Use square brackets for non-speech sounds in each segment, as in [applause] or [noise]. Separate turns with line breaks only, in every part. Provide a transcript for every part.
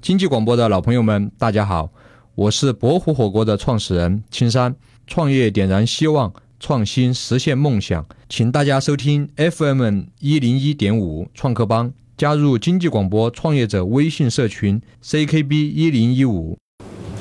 经济广播的老朋友们，大家好，我是博虎火锅的创始人青山。创业点燃希望，创新实现梦想，请大家收听 FM 一零一点五创客帮，加入经济广播创业者微信社群 CKB 一零一五。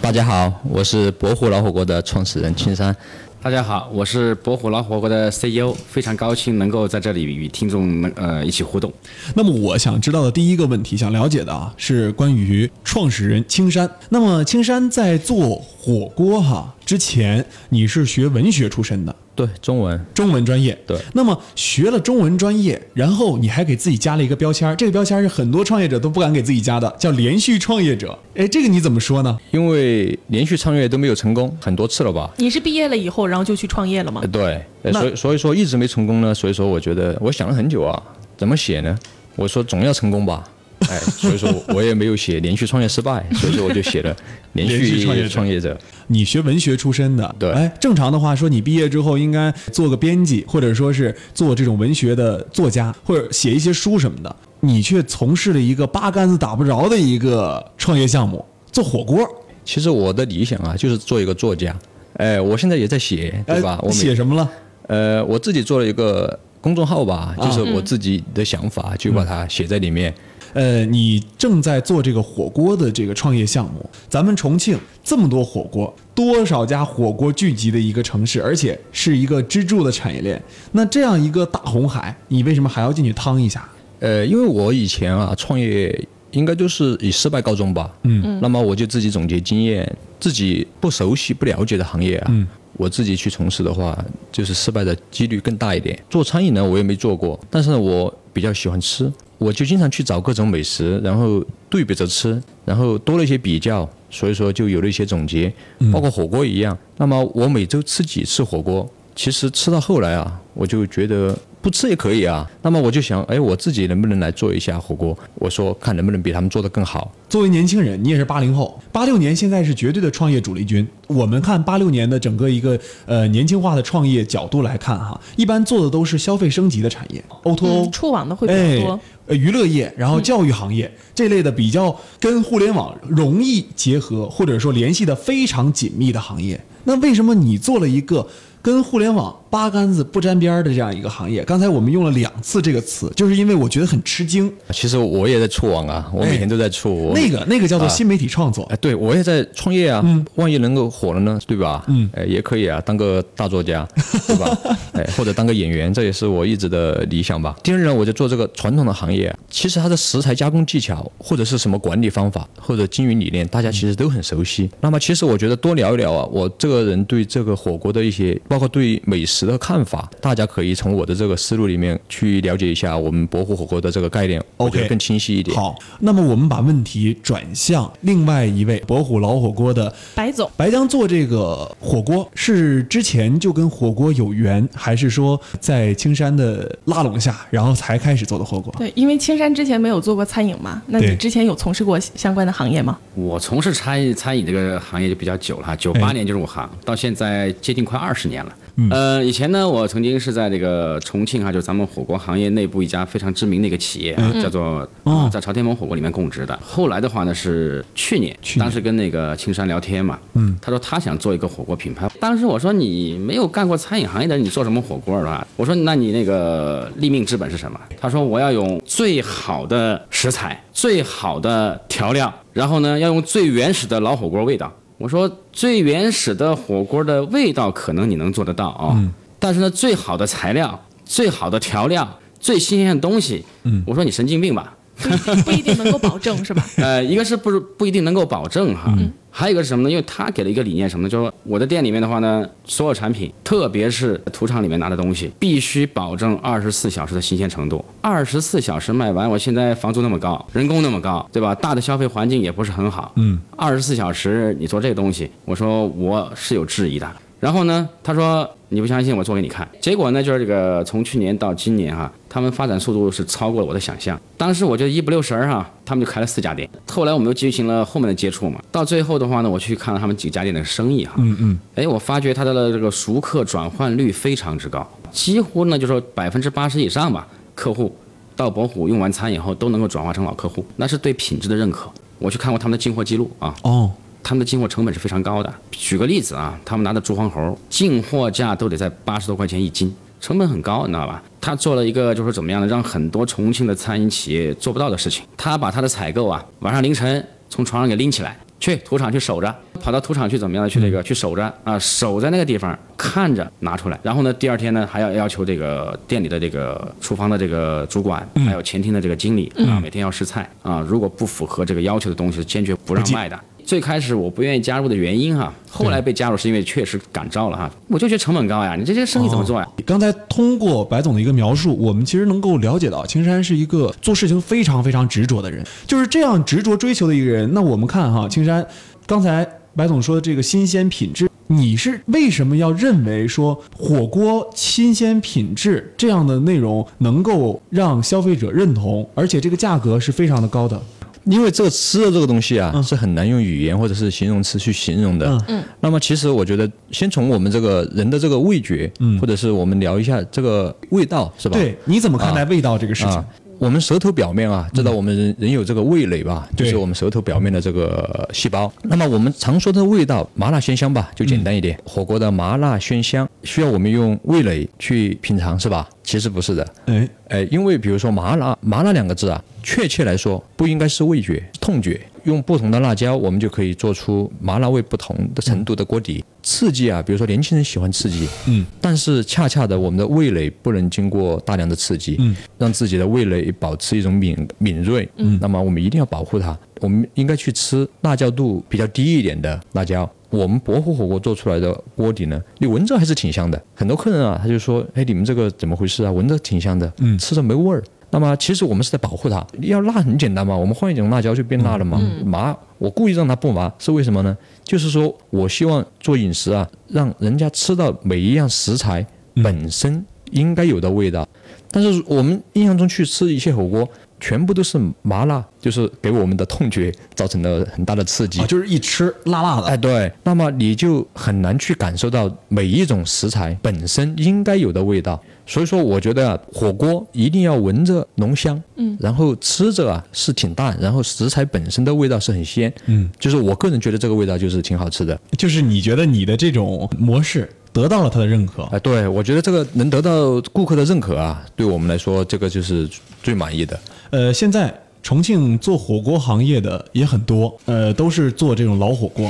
大家好，我是博虎老火锅的创始人青山。
大家好，我是博虎老火锅的 CEO，非常高兴能够在这里与听众能呃一起互动。
那么我想知道的第一个问题，想了解的啊，是关于创始人青山。那么青山在做火锅哈、之前，你是学文学出身的，
对，中文
中文专业。
对
那么学了中文专业，然后你还给自己加了一个标签儿，这个标签儿是很多创业者都不敢给自己加的，叫连续创业者。哎，这个你怎么说呢？
因为连续创业都没有成功很多次了吧？
你是毕业了以后，然后就去创业了吗
呃？对，呃
那
所以所以说一直没成功呢，所以说我觉得我想了很久啊，怎么写呢？我说总要成功吧，
[laughs]
哎，所以说我也没有写连续创业失败，所以说我就写
[laughs]
了连
连续创业
续
者
创业者。
你学文学出身的，
对
哎，正常的话说，你毕业之后应该做个编辑，或者说是做这种文学的作家，或者写一些书什么的。你却从事了一个八竿子打不着的一个创业项目，做火锅，
其实我的理想啊，就是做一个作家。哎，我现在也在写，对吧？
哎
我每
写什么了？
呃，我自己做了一个公众号吧，
啊
就是我自己的想
嗯
法，就把它写在里面。
呃，你正在做这个火锅的这个创业项目。咱们重庆这么多火锅，多少家火锅聚集的一个城市，而且是一个支柱的产业链。那这样一个大红海，你为什么还要进去趟一下？
呃，因为我以前啊创业应该就是以失败告终吧。嗯，那么我就自己总结经验，自己不熟悉、不了解的行业啊，我自己去从事的话，就是失败的几率更大一点。做餐饮呢，我也没做过，但是呢，我比较喜欢吃，我就经常去找各种美食，然后对比着吃，然后多了一些比较。所以说就有了一些总结，包括火锅一样。那么我每周吃几次火锅，其实吃到后来啊，我就觉得不吃也可以啊。那么我就想，哎，我自己能不能来做一下火锅？我说看能不能比他们做得更好。
作为年轻人，你也是八零后，八六年现在是绝对的创业主力军。我们看八六年的整个一个呃年轻化的创业角度来看哈，一般做的都是消费升级的产业，O
呃
to
嗯
O，
触网的会比较
哎
多。嗯
呃，娱乐业，然后教育行业、这类的比较跟互联网容易结合，或者说联系的非常紧密的行业。那为什么你做了一个跟互联网八竿子不沾边儿的这样一个行业？刚才我们用了两次这个词，就是因为我觉得很吃惊。
其实我也在触网啊，我每天都在触。我
哎那个那嗯个叫做
啊
新媒体创作，
哎，对我也在创业啊，万一能够火了呢，对吧？嗯，哎，也可以啊，当个大作
[laughs]
家，对吧？哎，或者当个演员，这也是我一直的理想吧。第二呢，我就做这个传统的行业，啊其实它的食材加工技巧，或者是什么管理方法，或者经营理念，大家其实都很熟悉。那么，其实我觉得多聊一聊啊，我这个人对这个火锅的一些，包括对美食的看法，大家可以从我的这个思路里面去了解一下我们博虎火锅的这个概念我觉得
OK
更清晰一点。
好，那么我们把问题转向另外一位博虎老火锅的
白总，
白江做这个火锅是之前就跟火锅有缘，还是说在青山的拉拢下，然后才开始做的火锅？
对，因为青山之前没有做过餐饮嘛，那
对
你之前有从事过相关的行业吗？
我从事餐饮餐饮这个行业就比较久了哈，九八年就入行，到现在接近快二十年了。呃，以前呢，我曾经是在这个重庆哈，啊就是咱们火锅行业内部一家非常知名的一个企业，叫做、啊在朝天盟火锅里面供职的。后来的话呢，是去年，当时跟那个青山聊天嘛，嗯，他说他想做一个火锅品牌。当时我说你没有干过餐饮行业的人，你做什么火锅的话？我说那你那个立命之本是什么？他说我要用最好的食材、最好的调料，然后呢要用最原始的老火锅味道。我说最原始的火锅的味道可能你能做得到啊、但是呢最好的材料、最好的调料、最新鲜的东西，嗯，我说你神经病吧？
不一 [laughs] 定不一定能够保
[laughs]
证，是吧？
呃，一个是不不一定能够保证哈，还有一个是什么呢？因为他给了一个理念什么呢？就是说我的店里面的话呢，所有产品，特别是土场里面拿的东西，必须保证二十四小时的新鲜程度。二十四小时卖完，我现在房租那么高，人工那么高，对吧？大的消费环境也不是很好。嗯，二十四小时你做这个东西，我说我是有质疑的。然后呢，他说你不相信，我做给你看。结果呢，就是这个从去年到今年哈、他们发展速度是超过了我的想象。当时我就一不留神儿哈、他们就开了四家店。后来我们又进行了后面的接触嘛，到最后的话呢，我去看了他们几家店的生意哈、嗯嗯，哎，我发觉他的这个熟客转换率非常之高，几乎呢就说百分之八十以上吧，客户到博虎用完餐以后都能够转化成老客户，那是对品质的认可。我去看过他们的进货记录啊，
哦，
他们的进货成本是非常高的。举个例子啊，他们拿的竹黄喉进货价都得在八十多块钱一斤，成本很高，你知道吧？他做了一个就是说怎么样呢，让很多重庆的餐饮企业做不到的事情。他把他的采购啊，晚上凌晨从床上给拎起来，去土场去守着，跑到土场去怎么样呢？去那个去守着啊，守在那个地方看着拿出来。然后呢，第二天呢还要要求这个店里的这个厨房的这个主管，还有前厅的这个经理啊，每天要试菜啊，如果不符合这个要求的东西，坚决不让卖的。最开始我不愿意加入的原因哈，后来被加入是因为确实感召了哈，我就觉得成本高呀，你这些生意怎么做呀？
哦刚才通过白总的一个描述，我们其实能够了解到，青山是一个做事情非常非常执着的人，就是这样执着追求的一个人。那我们看哈，青山，刚才白总说的这个新鲜品质，你是为什么要认为说火锅新鲜品质这样的内容能够让消费者认同，而且这个价格是非常的高的？
因为这个吃的这个东西啊，是很难用语言或者是形容词去形容的。嗯，那么其实我觉得，先从我们这个人的这个味觉，嗯，或者是我们聊一下这个味道，是吧？
对，你怎么看待味道这个事情？
啊，我们舌头表面啊，知道我们人人有这个味蕾吧，
对
就是我们舌头表面的这个细胞。那么我们常说的味道，麻辣鲜香吧，就简单一点，火锅的麻辣鲜香需要我们用味蕾去品尝，是吧？其实不是的，
哎，
哎，因为比如说麻辣，麻辣两个字啊，确切来说不应该是味觉，是痛觉。用不同的辣椒，我们就可以做出麻辣味不同的程度的锅底。刺激啊，比如说年轻人喜欢刺激，
嗯，
但是恰恰的我们的味蕾不能经过大量的刺激，
嗯，
让自己的味蕾保持一种敏敏锐，嗯，那么我们一定要保护它。我们应该去吃辣椒度比较低一点的辣椒。我们博湖火锅做出来的锅底呢，你闻着还是挺香的。很多客人啊，他就说：“哎，你们这个怎么回事啊？闻着挺香的，
嗯
吃着没味儿。”那么其实我们是在保护它。要辣很简单嘛，我们换一种辣椒就变辣了嘛。
嗯
麻，我故意让它不麻，是为什么呢？就是说我希望做饮食啊，让人家吃到每一样食材本身应该有的味道。但是我们印象中去吃一些火锅，全部都是麻辣，就是给我们的痛觉造成了很大的刺激。
啊，就是一吃辣辣的，
哎，对，那么你就很难去感受到每一种食材本身应该有的味道。所以说，我觉得啊，火锅一定要闻着浓香，嗯，然后吃着啊是挺淡，然后食材本身的味道是很鲜，嗯，就是我个人觉得这个味道就是挺好吃的。
就是你觉得你的这种模式得到了他的认可
哎，对，我觉得这个能得到顾客的认可啊，对我们来说，这个就是最满意的。
呃，现在重庆做火锅行业的也很多，呃，都是做这种老火锅。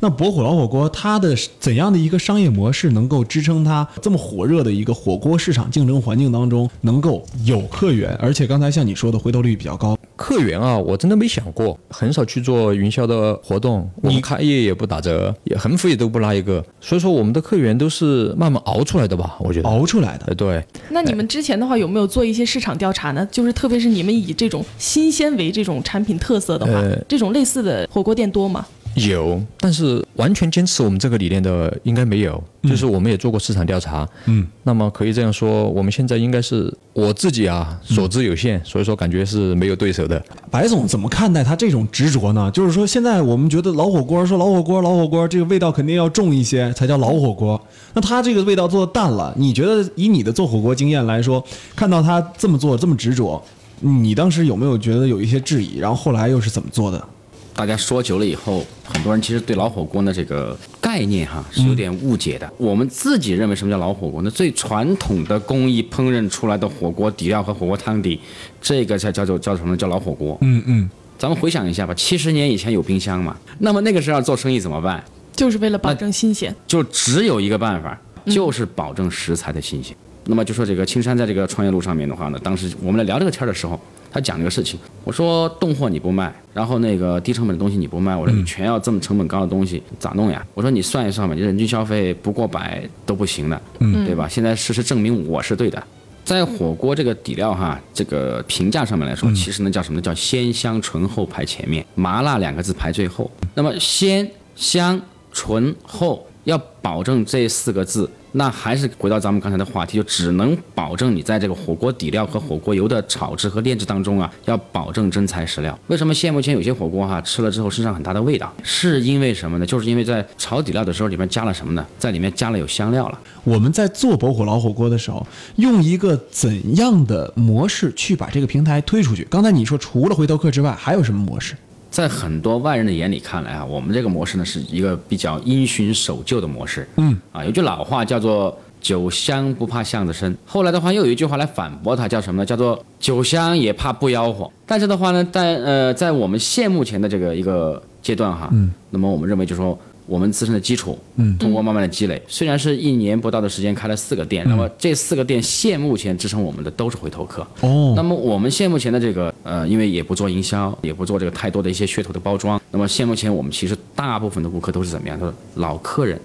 那博虎老火锅它的怎样的一个商业模式能够支撑它这么火热的一个火锅市场竞争环境当中能够有客源，而且刚才像你说的回头率比较高，
客源啊，我真的没想过，很少去做云霄的活动，我们开业也不打折，也横幅也都不拉一个，所以说我们的客源都是慢慢熬出来的吧，我觉得。
熬出来的。
呃，对，
那你们之前的话有没有做一些市场调查呢？就是特别是你们以这种新鲜为这种产品特色的话，
呃
这种类似的火锅店多吗？
有，但是完全坚持我们这个理念的应该没有，就是我们也做过市场调查，
嗯，
那么可以这样说，我们现在应该是我自己啊所知有限，所以说感觉是没有对手的。
白总怎么看待他这种执着呢？就是说，现在我们觉得老火锅，说老火锅，老火锅，这个味道肯定要重一些才叫老火锅。那他这个味道做的淡了，你觉得以你的做火锅经验来说，看到他这么做这么执着，你当时有没有觉得有一些质疑？然后后来又是怎么做的？
大家说久了以后，很多人其实对老火锅呢这个概念哈
嗯
是有点误解的。我们自己认为什么叫老火锅呢？最传统的工艺烹饪出来的火锅底料和火锅汤底，这个才叫做叫什么呢？叫老火锅。
嗯嗯，
咱们回想一下吧，七十年以前有冰箱嘛？那么那个时候要做生意怎么办？
就是为了保证新鲜。
嗯
就只有一个办法，就是保证食材的新鲜。那么就说这个青山在这个创业路上面的话呢，当时我们来聊这个天儿的时候，他讲这个事情，我说冻货你不卖，然后那个低成本的东西你不卖，我说你全要这么成本高的东西咋弄呀？我说你算一算吧，你人均消费不过百都不行的，对吧？现在事实证明我是对的。在火锅这个底料哈，这个评价上面来说，其实呢叫什么呢？叫鲜香醇厚排前面，麻辣两个字排最后。那么鲜香醇厚要保证这四个字，那还是回到咱们刚才的话题，就只能保证你在这个火锅底料和火锅油的炒制和炼制当中啊，要保证真材实料。为什么现目前有些火锅哈、吃了之后身上很大的味道，是因为什么呢？就是因为在炒底料的时候里面加了什么呢？在里面加了有香料了。
我们在做博虎老火锅的时候，用一个怎样的模式去把这个平台推出去？刚才你说除了回头客之外，还有什么模式？
在很多外人的眼里看来啊，我们这个模式呢是一个比较因循守旧的模式。嗯，啊，有句老话叫做“酒香不怕巷子深”，后来的话又有一句话来反驳它，叫什么呢？叫做“酒香也怕不吆喝”。但是的话呢，在呃，在我们现目前的这个一个阶段哈，嗯，那么我们认为就是说。我们自身的基础，嗯，通过慢慢的积累，虽然是一年不到的时间开了四个店，那么这四个店现目前支撑我们的都是回头客。
哦
那么我们现目前的这个呃，因为也不做营销，也不做这个太多的一些噱头的包装，那么现目前我们其实大部分的顾客都是怎么样？都是老客人，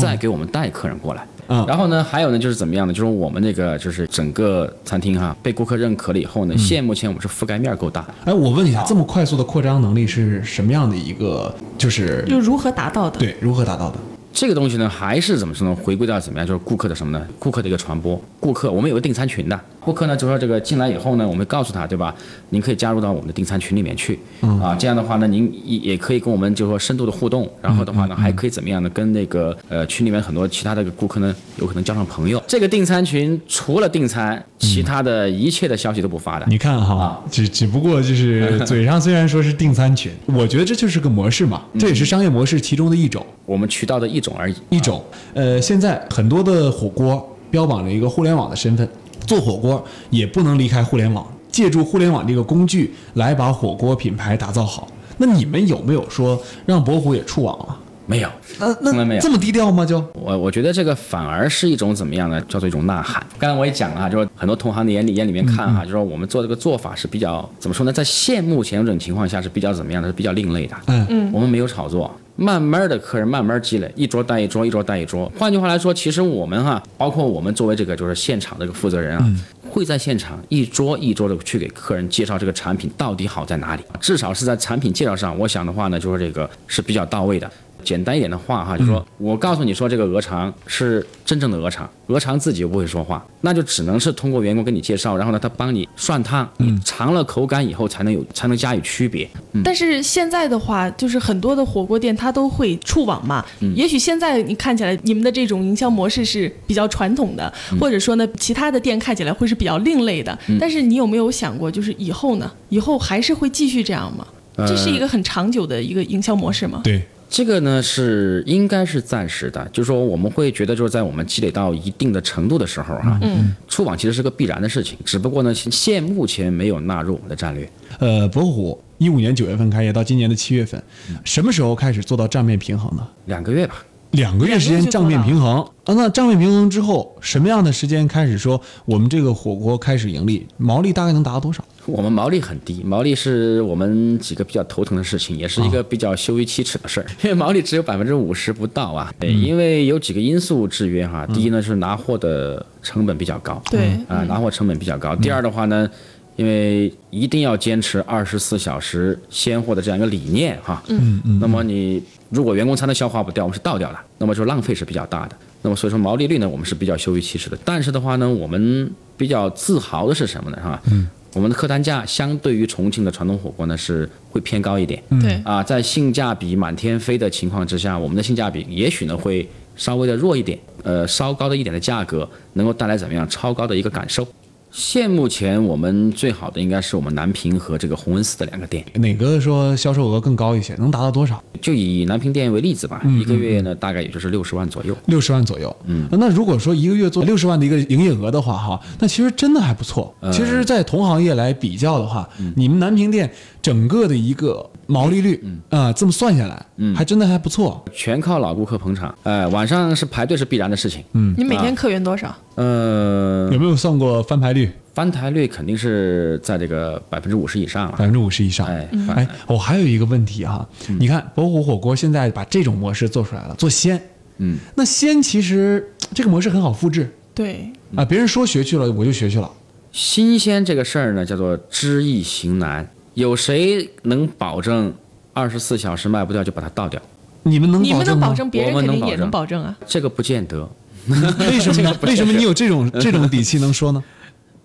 再给我们带客人过来。
哦嗯
然后呢，还有呢，就是怎么样呢？就是我们那个就是整个餐厅哈、被顾客认可了以
嗯
后呢，现目前我们是覆盖面够大，
哎，我问一下，这么快速的扩张能力是什么样的一个？就是
就如何达到的？
对如何达到的？
这个东西呢，还是怎么说呢？回归到怎么样，就是顾客的什么呢？顾客的一个传播，顾客我们有个订餐群的，顾客呢就说这个进来以后呢，我们会告诉他，对吧？您可以加入到我们的订餐群里面去，啊，这样的话呢，您也也可以跟我们就说深度的互动，然后的话呢，还可以怎么样呢？跟那个呃群里面很多其他的顾客呢，有可能交上朋友。这个订餐群除了订餐，其他的一切的消息都不发的。
你看哈
啊，
只只不过就是 [laughs] 嘴上虽然说是订餐群， [laughs] 我觉得这就是个模式嘛，这也是商业模式其中的一种
我们渠道的一种而已。
一种。呃，现在很多的火锅标榜着一个互联网的身份，做火锅也不能离开互联网，借助互联网这个工具来把火锅品牌打造好。那你们有没有说让博虎也触网啊了？
没有，
呃那
从来没
那
有
这么低调吗？就
我我觉得这个反而是一种怎么样呢？叫做一种呐喊。刚才我也讲了啊，就是很多同行的眼里眼里面看哈、就是说我们做这个做法是比较怎么说呢？在现目前这种情况下是比较怎么样的？是比较另类的。
嗯
嗯，我们没有炒作，慢慢的客人慢慢积累，一桌带一桌，一桌带一桌。换句话来说，其实我们哈、包括我们作为这个就是现场这个负责人啊。会在现场一桌一桌的去给客人介绍这个产品到底好在哪里，至少是在产品介绍上，我想的话呢，就是这个是比较到位的。简单一点的话哈，就说我告诉你说这个鹅肠是真正的鹅肠，鹅肠自己又不会说话，那就只能是通过员工给你介绍，然后呢他帮你涮烫，你尝了口感以后才能有才能加以区别。
但是现在的话，就是很多的火锅店它都会触网嘛。也许现在你看起来你们的这种营销模式是比较传统的，或者说呢，其他的店看起来会是比较另类的。但是你有没有想过，就是以后呢？以后还是会继续这样吗？这是一个很长久的一个营销模式吗？
对，
这个呢是应该是暂时的，就是说我们会觉得就是在我们积累到一定的程度的时候哈、嗯，触网其实是个必然的事情，只不过呢现目前没有纳入我们的战略。
呃，博虎一五年九月份开业到今年的七月份，什么时候开始做到账面平衡呢？
两个月吧， [laughs]
两个月时间账面平衡啊，那账面平衡之后，什么样的时间开始说我们这个火锅开始盈利，毛利大概能达到多少？
我们毛利很低，毛利是我们几个比较头疼的事情，也是一个比较羞于启齿的事儿， [laughs] 因为毛利只有百分之五十不到啊。对，因为有几个因素制约哈。第一呢是拿货的成本比较高，
对
啊、拿货成本比较高。第二的话呢，因为一定要坚持二十四小时鲜货的这样一个理念哈。嗯嗯。那么你如果员工餐都消化不掉，我们是倒掉的，那么就浪费是比较大的。那么所以说毛利率呢，我们是比较羞于启齿的。但是的话呢，我们比较自豪的是什么呢？哈，嗯，我们的客单价相对于重庆的传统火锅呢是会偏高一点。
对，
啊，在性价比满天飞的情况之下，我们的性价比也许呢会稍微的弱一点，呃，稍高的一点的价格能够带来怎么样超高的一个感受。现目前我们最好的应该是我们南平和这个洪恩寺的两个店，
哪个说销售额更高一些，能达到多少？
就以南平店为例子吧，
嗯
一个月呢大概也就是六十万左右。
六十万左右。嗯，那如果说一个月做六十万的一个营业额的话，哈，那其实真的还不错。其实，在同行业来比较的话，你们南平店整个的一个毛利率啊、这么算下来，还真的还不错。
全靠老顾客捧场，哎、晚上是排队是必然的事情。嗯，
你每天客源多少？
呃，
有没有算过翻牌率？
翻台率肯定是在这个百分之五十以上
百
了。
分之五十以上。
哎，
哎，我还有一个问题哈，你看博虎火锅现在把这种模式做出来了，做鲜，
嗯，
那鲜其实这个模式很好复制
对，
啊，别人说学去了，我就学去了。
新鲜这个事儿呢，叫做知易行难。有谁能保证二十四小时卖不掉就把它倒掉？
你们能
你们能保
保
证，别人
我们
肯
能
定也
保
能
证
保证啊。
这个不见得，
吗？ [laughs] 为什么呢？为什么你有这种这种底气能说呢？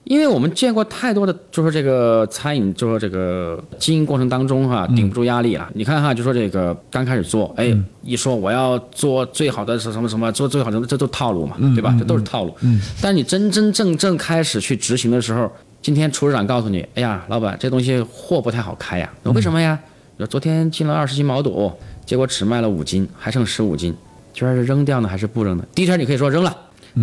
因为我们见过太多的，就说这个餐饮，就说这个经营过程当中哈、顶不住压力了。你看哈，就说这个刚开始做，哎，一说我要做最好的是什么什么，做最好的，这都套路嘛，对吧？这都是套路。但你真真正正开始去执行的时候，今天厨师长告诉你，哎呀，老板，这东西货不太好开呀，那为什么呀？昨天进了二十斤毛肚，结果只卖了五斤，还剩十五斤，就是扔掉呢还是不扔呢？第一天你可以说扔了，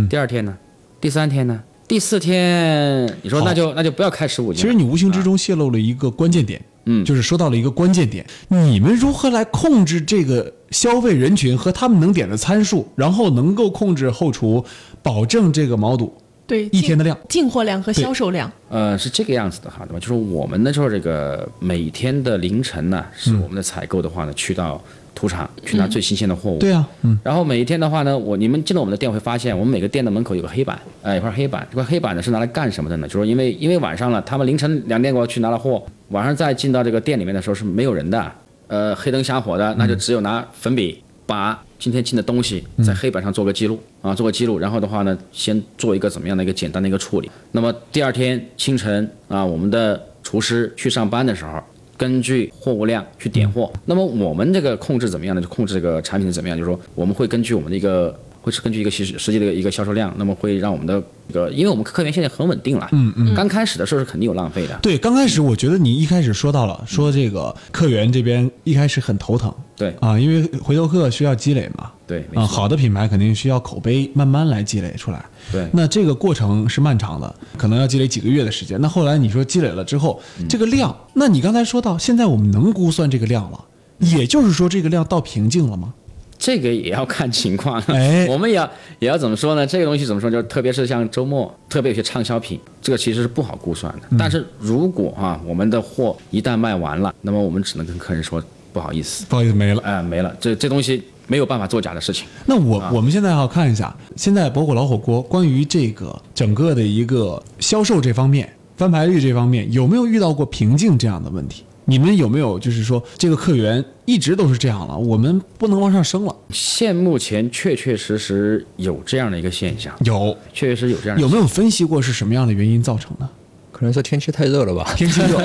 第二天呢，第三天呢，第四天你说
好
那就那就不要开十五斤了。
其实你无形之中泄露了一个关键点，
嗯
就是说到了一个关键点，你们如何来控制这个消费人群和他们能点的参数，然后能够控制后厨，保证这个毛肚
对
一天的量
进货量和
对
销售量，
呃，是这个样子的哈，对吧？就是我们呢，就是这个每天的凌晨呢，
嗯
是我们的采购的话呢，去到屠场去拿最新鲜的货物。
对啊，嗯，
然后每一天的话呢，我你们进到我们的店会发现，我们每个店的门口有个黑板，呃，有块黑板，这块黑板呢是拿来干什么的呢？就是因为因为晚上了，他们凌晨两点过去拿了货，晚上再进到这个店里面的时候是没有人的，呃，黑灯瞎火的，那就只有拿粉笔把今天进的东西在黑板上做个记录、啊，做个记录，然后的话呢，先做一个怎么样的一个简单的一个处理。那么第二天清晨啊，我们的厨师去上班的时候，根据货物量去点货。那么我们这个控制怎么样呢？就控制这个产品是怎么样？就是说我们会根据我们的一个。会是根据一个实实际的一个销售量，那么会让我们的这个，因为我们客源现在很稳定了，嗯嗯，刚开始的时候是肯定有浪费的，
对，刚开始我觉得你一开始说到了，说这个客源这边一开始很头疼，
对
啊，因为回头客需要积累嘛，
对没
啊，
错
好的品牌肯定需要口碑慢慢来积累出来，
对
那这个过程是漫长的，可能要积累几个月的时间。那后来你说积累了之后，
嗯
这个量，那你刚才说到现在我们能估算这个量了，
嗯
也就是说这个量到瓶颈了吗？
这个也要看情况，啊
哎
我们也要也要怎么说呢？这个东西怎么说？就是特别是像周末，特别有些畅销品，这个其实是不好估算的。但是如果啊，我们的货一旦卖完了，那么我们只能跟客人说不好意思，
不好意思，没了。
哎、没了，这这东西没有办法作假的事情。
那我、我们现在要看一下，现在包括老火锅关于这个整个的一个销售这方面、翻牌率这方面，有没有遇到过瓶颈这样的问题？你们有没有就是说这个客源一直都是这样了，我们不能往上升了？
现目前确确实实有这样的一个现象，
有
确确实实有这样的
有没有分析过是什么样的原因造成的？
可能是天气太热了吧？
天气热，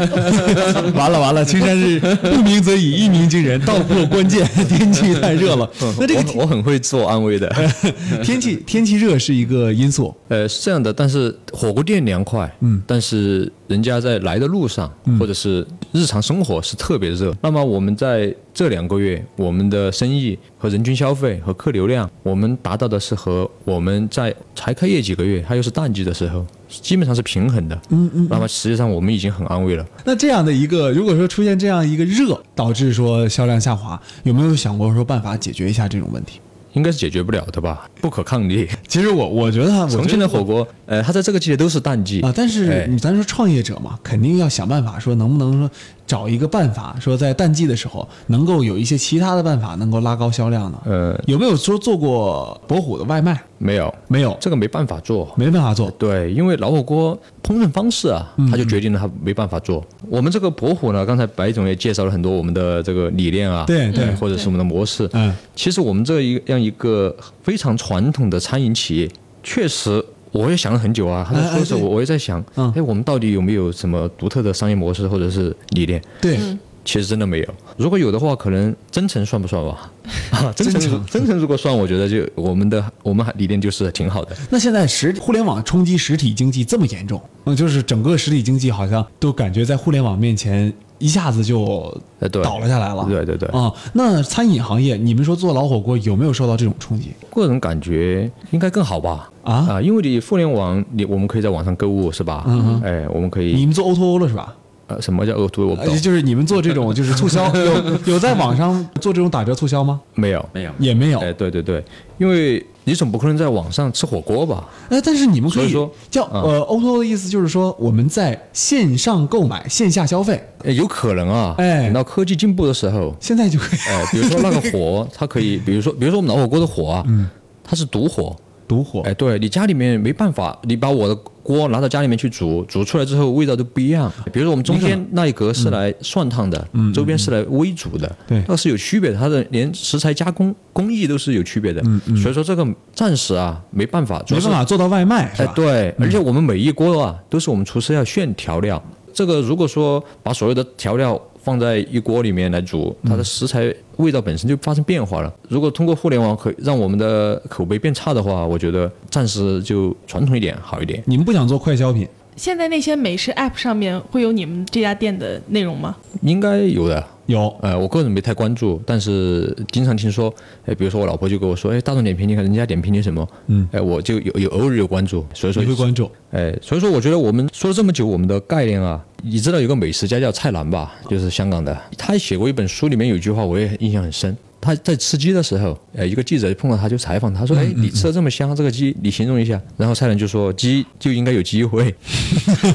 完了完 [laughs] 了，青山是不鸣则已，一鸣惊人，道破关键。 [laughs] 天气太热了， [laughs] 那这个
嗯我我很会自我安慰的。
天天气天气热是一个因素，
[laughs] 呃，是这样的，但是火锅店凉快，嗯，但是人家在来的路上、或者是日常生活是特别热。那么我们在这两个月，我们的生意和人均消费和客流量，我们达到的是和我们在才开业几个月，它又是淡季的时候，基本上是平衡的。嗯嗯。那么实际上我们已经很安慰了。
那这样的一个，如果说出现这样一个热，导致说销量下滑，有没有想过说办法解决一下这种问题？
应该是解决不了的吧，不可抗力。
其实我我觉得啊，我
重
觉
庆
得
的火锅，呃，它在这个季节都是淡季
啊，但是
哎
你咱说创业者嘛，肯定要想办法说能不能说找一个办法，说在淡季的时候能够有一些其他的办法能够拉高销量呢？
呃，
有没有说做过博虎的外卖？
没有，
没有，
这个没办法做。
没办法做。
对，因为老火锅烹饪方式啊，
嗯
它就决定了它没办法做。我们这个博虎呢，刚才白总也介绍了很多我们的这个理念啊，
对对
呃或者是我们的模式。
嗯，
其实我们这一样一个非常传统的餐饮企业，确实。我也想了很久啊，他在
哎哎
说着
对
我，我也在想，
嗯
哎，我们到底有没有什么独特的商业模式或者是理念？
对，
其实真的没有。如果有的话，可能真诚算不算
[laughs]
吧？啊，真诚，真诚，如果算，我觉得就我们的我们还理念就是挺好的。
那现在实互联网冲击实体经济这么严重，嗯，就是整个实体经济好像都感觉在互联网面前一下子就
呃对
倒了下来了。
对对对
啊、那餐饮行业，你们说做老火锅有没有受到这种冲击？
个人感觉应该更好吧？
啊
因为你互联网，你我们可以在网上购物是吧？嗯哎，我们可
你
以
们做 O to O 了是吧？
呃，什么叫恶毒？我不
呃
懂，
就是你们做这种就是促
[laughs]
销，有有在网上做这种打折促销吗？
没有，
没有
也没有。
哎，对对对，因为你总不可能在网上吃火锅吧？
哎，但是你们可
所以
以
说
叫
嗯
呃 O to O 的意思就是说我们在线上购买，线下消费，
哎有可能啊，
哎
等到科技进步的时候，
现在就可以 [laughs]
哎，比如说那个火，它可以，比如说，比如说我们老火锅的火啊，
嗯
它是独火，
独火。
哎，对你家里面没办法，你把我的锅拿到家里面去煮，煮出来之后味道都不一样。比如说我们中间那一格是
嗯
来涮烫的，周边是来微煮的，
对
那是有区别的，它的连食材加工工艺都是有区别的。所以说这个暂时啊没办法，主
嗯没
要是
办法做到外卖是
哎
吧？，嗯
对，而且我们每一锅啊都是我们厨师要炫调料，这个如果说把所有的调料。放在一锅里面来煮，
嗯
它的食材味道本身就发生变化了。如果通过互联网可以让我们的口碑变差的话，我觉得暂时就传统一点好一点。
你们不想做快消品？
现在那些美食 app 上面会有你们这家店的内容吗？
应该有的，
有，
呃，我个人没太关注，但是经常听说，呃，比如说我老婆就跟我说，哎，大众点评，你看人家点评你什么？嗯，哎、我就有有偶尔有关注，所以说
你会关注
哎，所以说我觉得我们说了这么久，我们的概念啊，你知道有个美食家叫蔡澜吧，就是香港的，他写过一本书，里面有一句话我也印象很深。他在吃鸡的时候，呃，一个记者碰到他就采访他说：“哎，你吃的这么香，这个鸡你形容一下。”然后蔡澜就说：“鸡就应该有机会。”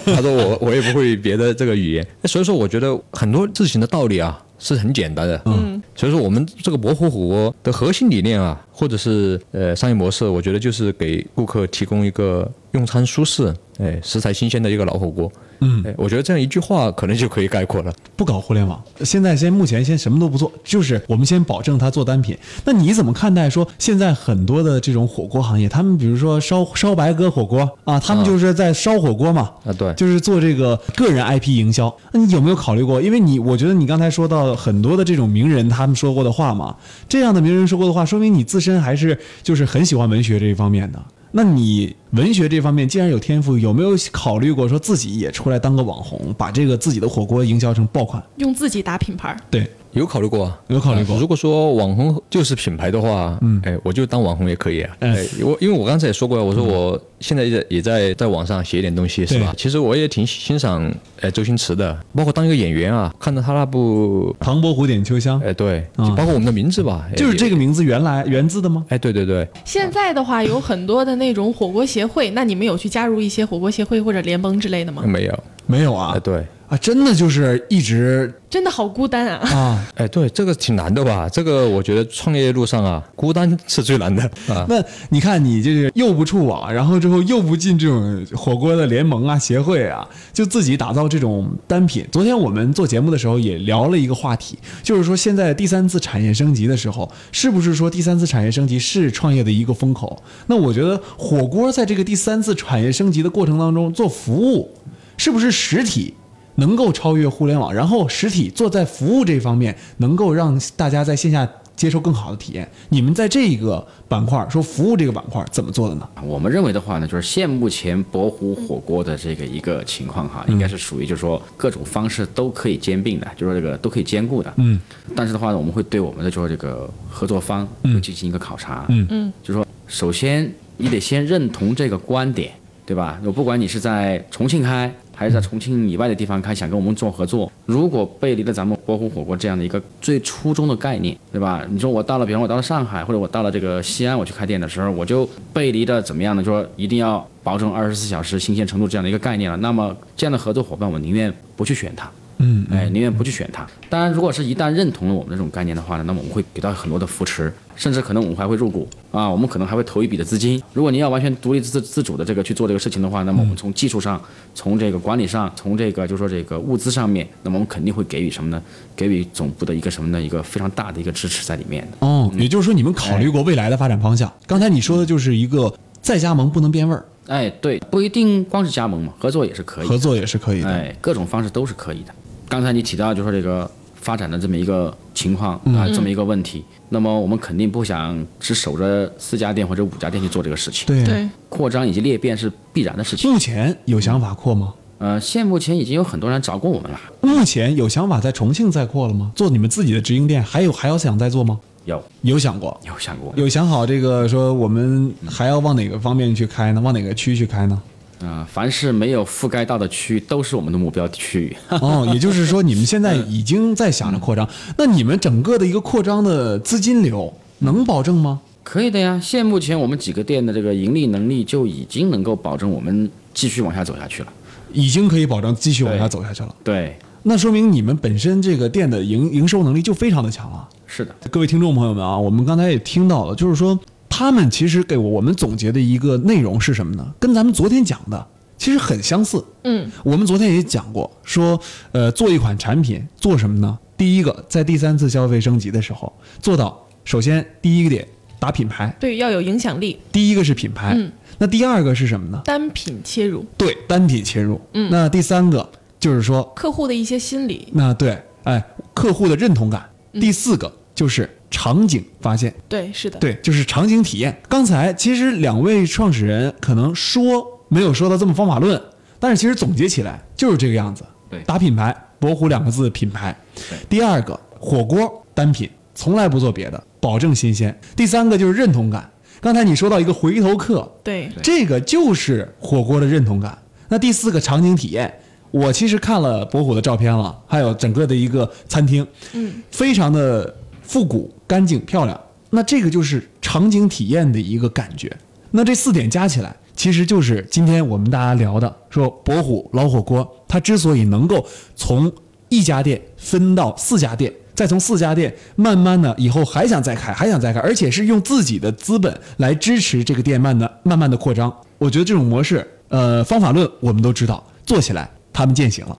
他说我 [laughs] 我也不会别的这个语言，所以说我觉得很多事情的道理啊是很简单的，嗯，所以说我们这个模糊火锅的核心理念啊，或者是呃商业模式，我觉得就是给顾客提供一个用餐舒适、哎食材新鲜的一个老火锅，嗯，哎，我觉得这样一句话可能就可以概括了。
不搞互联网，现在先目前先什么都不做，就是我们先保证它做单品。那你怎么看待说现在很多的这种火锅行业，他们比如说烧烧白鸽火锅啊，他们就是在烧火锅嘛，
啊对
就是做这个个人 IP 营销。那你有没有考虑过？因为你我觉得你刚才说到很多的这种名人他们说过的话嘛，这样的名人说过的话，说明你自身还是就是很喜欢文学这一方面的。那你文学这方面既然有天赋，有没有考虑过说自己也出来当个网红，把这个自己的火锅营销成爆款？
用自己打品牌儿。
对，
有考虑过啊，
有考虑过
呃如果说网红就是品牌的话，嗯，哎，我就当网红也可以啊。
嗯
哎，我因为我刚才也说过了，我说我现在也也在在网上写一点东西，是吧
对？
其实我也挺欣赏呃周星驰的，包括当一个演员啊，看到他那部，
《唐伯虎点秋香》
哎，对，
啊
就包括我们的名字吧，哎
就是这个。
也
名字原来源自的吗？
哎，对对对，
现在的话，有很多的那种火锅协会，
嗯
那你们有去加入一些火锅协会或者联盟之类的吗？
没有，
没有
哎，
啊，
对。
啊，真的就是一直
真的好孤单啊！
啊。
哎，对，这个挺难的吧？这个我觉得创业路上啊，孤单是最难的啊。
那你看你这个又不触网，然后之后又不进这种火锅的联盟啊、协会啊，就自己打造这种单品。昨天我们做节目的时候也聊了一个话题，就是说现在第三次产业升级的时候，是不是说第三次产业升级是创业的一个风口？那我觉得火锅在这个第三次产业升级的过程当中做服务，是不是实体？能够超越互联网，然后实体做在服务这方面，能够让大家在线下接受更好的体验。你们在这个板块儿，说服务这个板块儿怎么做的呢？
我们认为的话呢，就是现目前博湖火锅的这个一个情况哈，应该是属于就是说各种方式都可以兼并的，就是这个都可以兼顾的。嗯。但是的话呢，我们会对我们的就是这个合作方会进行一个考察。嗯嗯。就是说，首先你得先认同这个观点，对吧？我不管你是在重庆开。还是在重庆以外的地方开，想跟我们做合作。如果背离了咱们博湖火锅这样的一个最初衷的概念，对吧？你说我到了，比方我到了上海，或者我到了这个西安，我去开店的时候，我就背离了怎么样呢？就说一定要保证二十四小时新鲜程度这样的一个概念了。那么这样的合作伙伴，我宁愿不去选它。嗯，哎，宁愿不去选它。当然，如果是一旦认同了我们这种概念的话呢，那么我们会给到很多的扶持，甚至可能我们还会入股啊，我们可能还会投一笔的资金。如果您要完全独立自自主的这个去做这个事情的话，那么我们从技术上、从这个管理上、从这个就说这个物资上面，那么我们肯定会给予什么呢？给予总部的一个什么呢？一个非常大的一个支持在里面的。
哦，也就是说你们考虑过未来的发展方向。刚才你说的就是一个再加盟不能变味儿，
哎，对，不一定光是加盟嘛，合作也是可以的。
合作也是可以的。
哎哎，各种方式都是可以的。刚才你提到就说这个发展的这么一个情况
嗯
啊，这么一个问题，那么我们肯定不想只守着四家店或者五家店去做这个事情，
对，
对，
扩张以及裂变是必然的事情。
目前有想法扩吗？
呃，现目前已经有很多人找过我们了，
目前有想法在重庆再扩了吗？做你们自己的直营店，还有还要想再做吗？
有
有想过，
有想过，
有想好这个说我们还要往哪个方面去开呢？往哪个区去开呢？
啊，凡是没有覆盖到的区域都是我们的目标区域。 [laughs]
哦，也就是说，你们现在已经在想着扩张，那你们整个的一个扩张的资金流能保证吗？
可以的呀，现目前我们几个店的这个盈利能力就已经能够保证我们继续往下走下去了。
已经可以保证继续往下走下去了。
对，
那说明你们本身这个店的营营收能力就非常的强了。
是的，
各位听众朋友们啊，我们刚才也听到了，就是说他们其实给我我们总结的一个内容是什么呢？跟咱们昨天讲的其实很相似。
嗯，
我们昨天也讲过，说呃，做一款产品做什么呢？第一个，在第三次消费升级的时候，做到首先第一个点打品牌，
对，要有影响力，
第一个是品牌，
嗯
那第二个是什么呢？
单品切入，
对，单体切入，嗯，那第三个就是说，
客户的一些心理，
那对，哎，客户的认同感，
嗯
第四个就是场景发现，
对，是的，
对，就是场景体验。刚才其实两位创始人可能说没有说到这么方法论，但是其实总结起来就是这个样子。
对
打品牌罗湖两个字品牌。第二个，火锅单品从来不做别的，保证新鲜。第三个就是认同感。刚才你说到一个回头客，
对，
这个就是火锅的认同感。那第四个场景体验，我其实看了博虎的照片了，还有整个的一个餐厅，嗯，非常的复古、干净、漂亮。那这个就是场景体验的一个感觉。那这四点加起来，其实就是今天我们大家聊的，说博虎老火锅它之所以能够从一家店分到四家店，再从四家店慢慢的以后还想再开，还想再开，而且是用自己的资本来支持这个店慢的慢慢的扩张。我觉得这种模式，呃，方法论我们都知道，做起来他们践行了。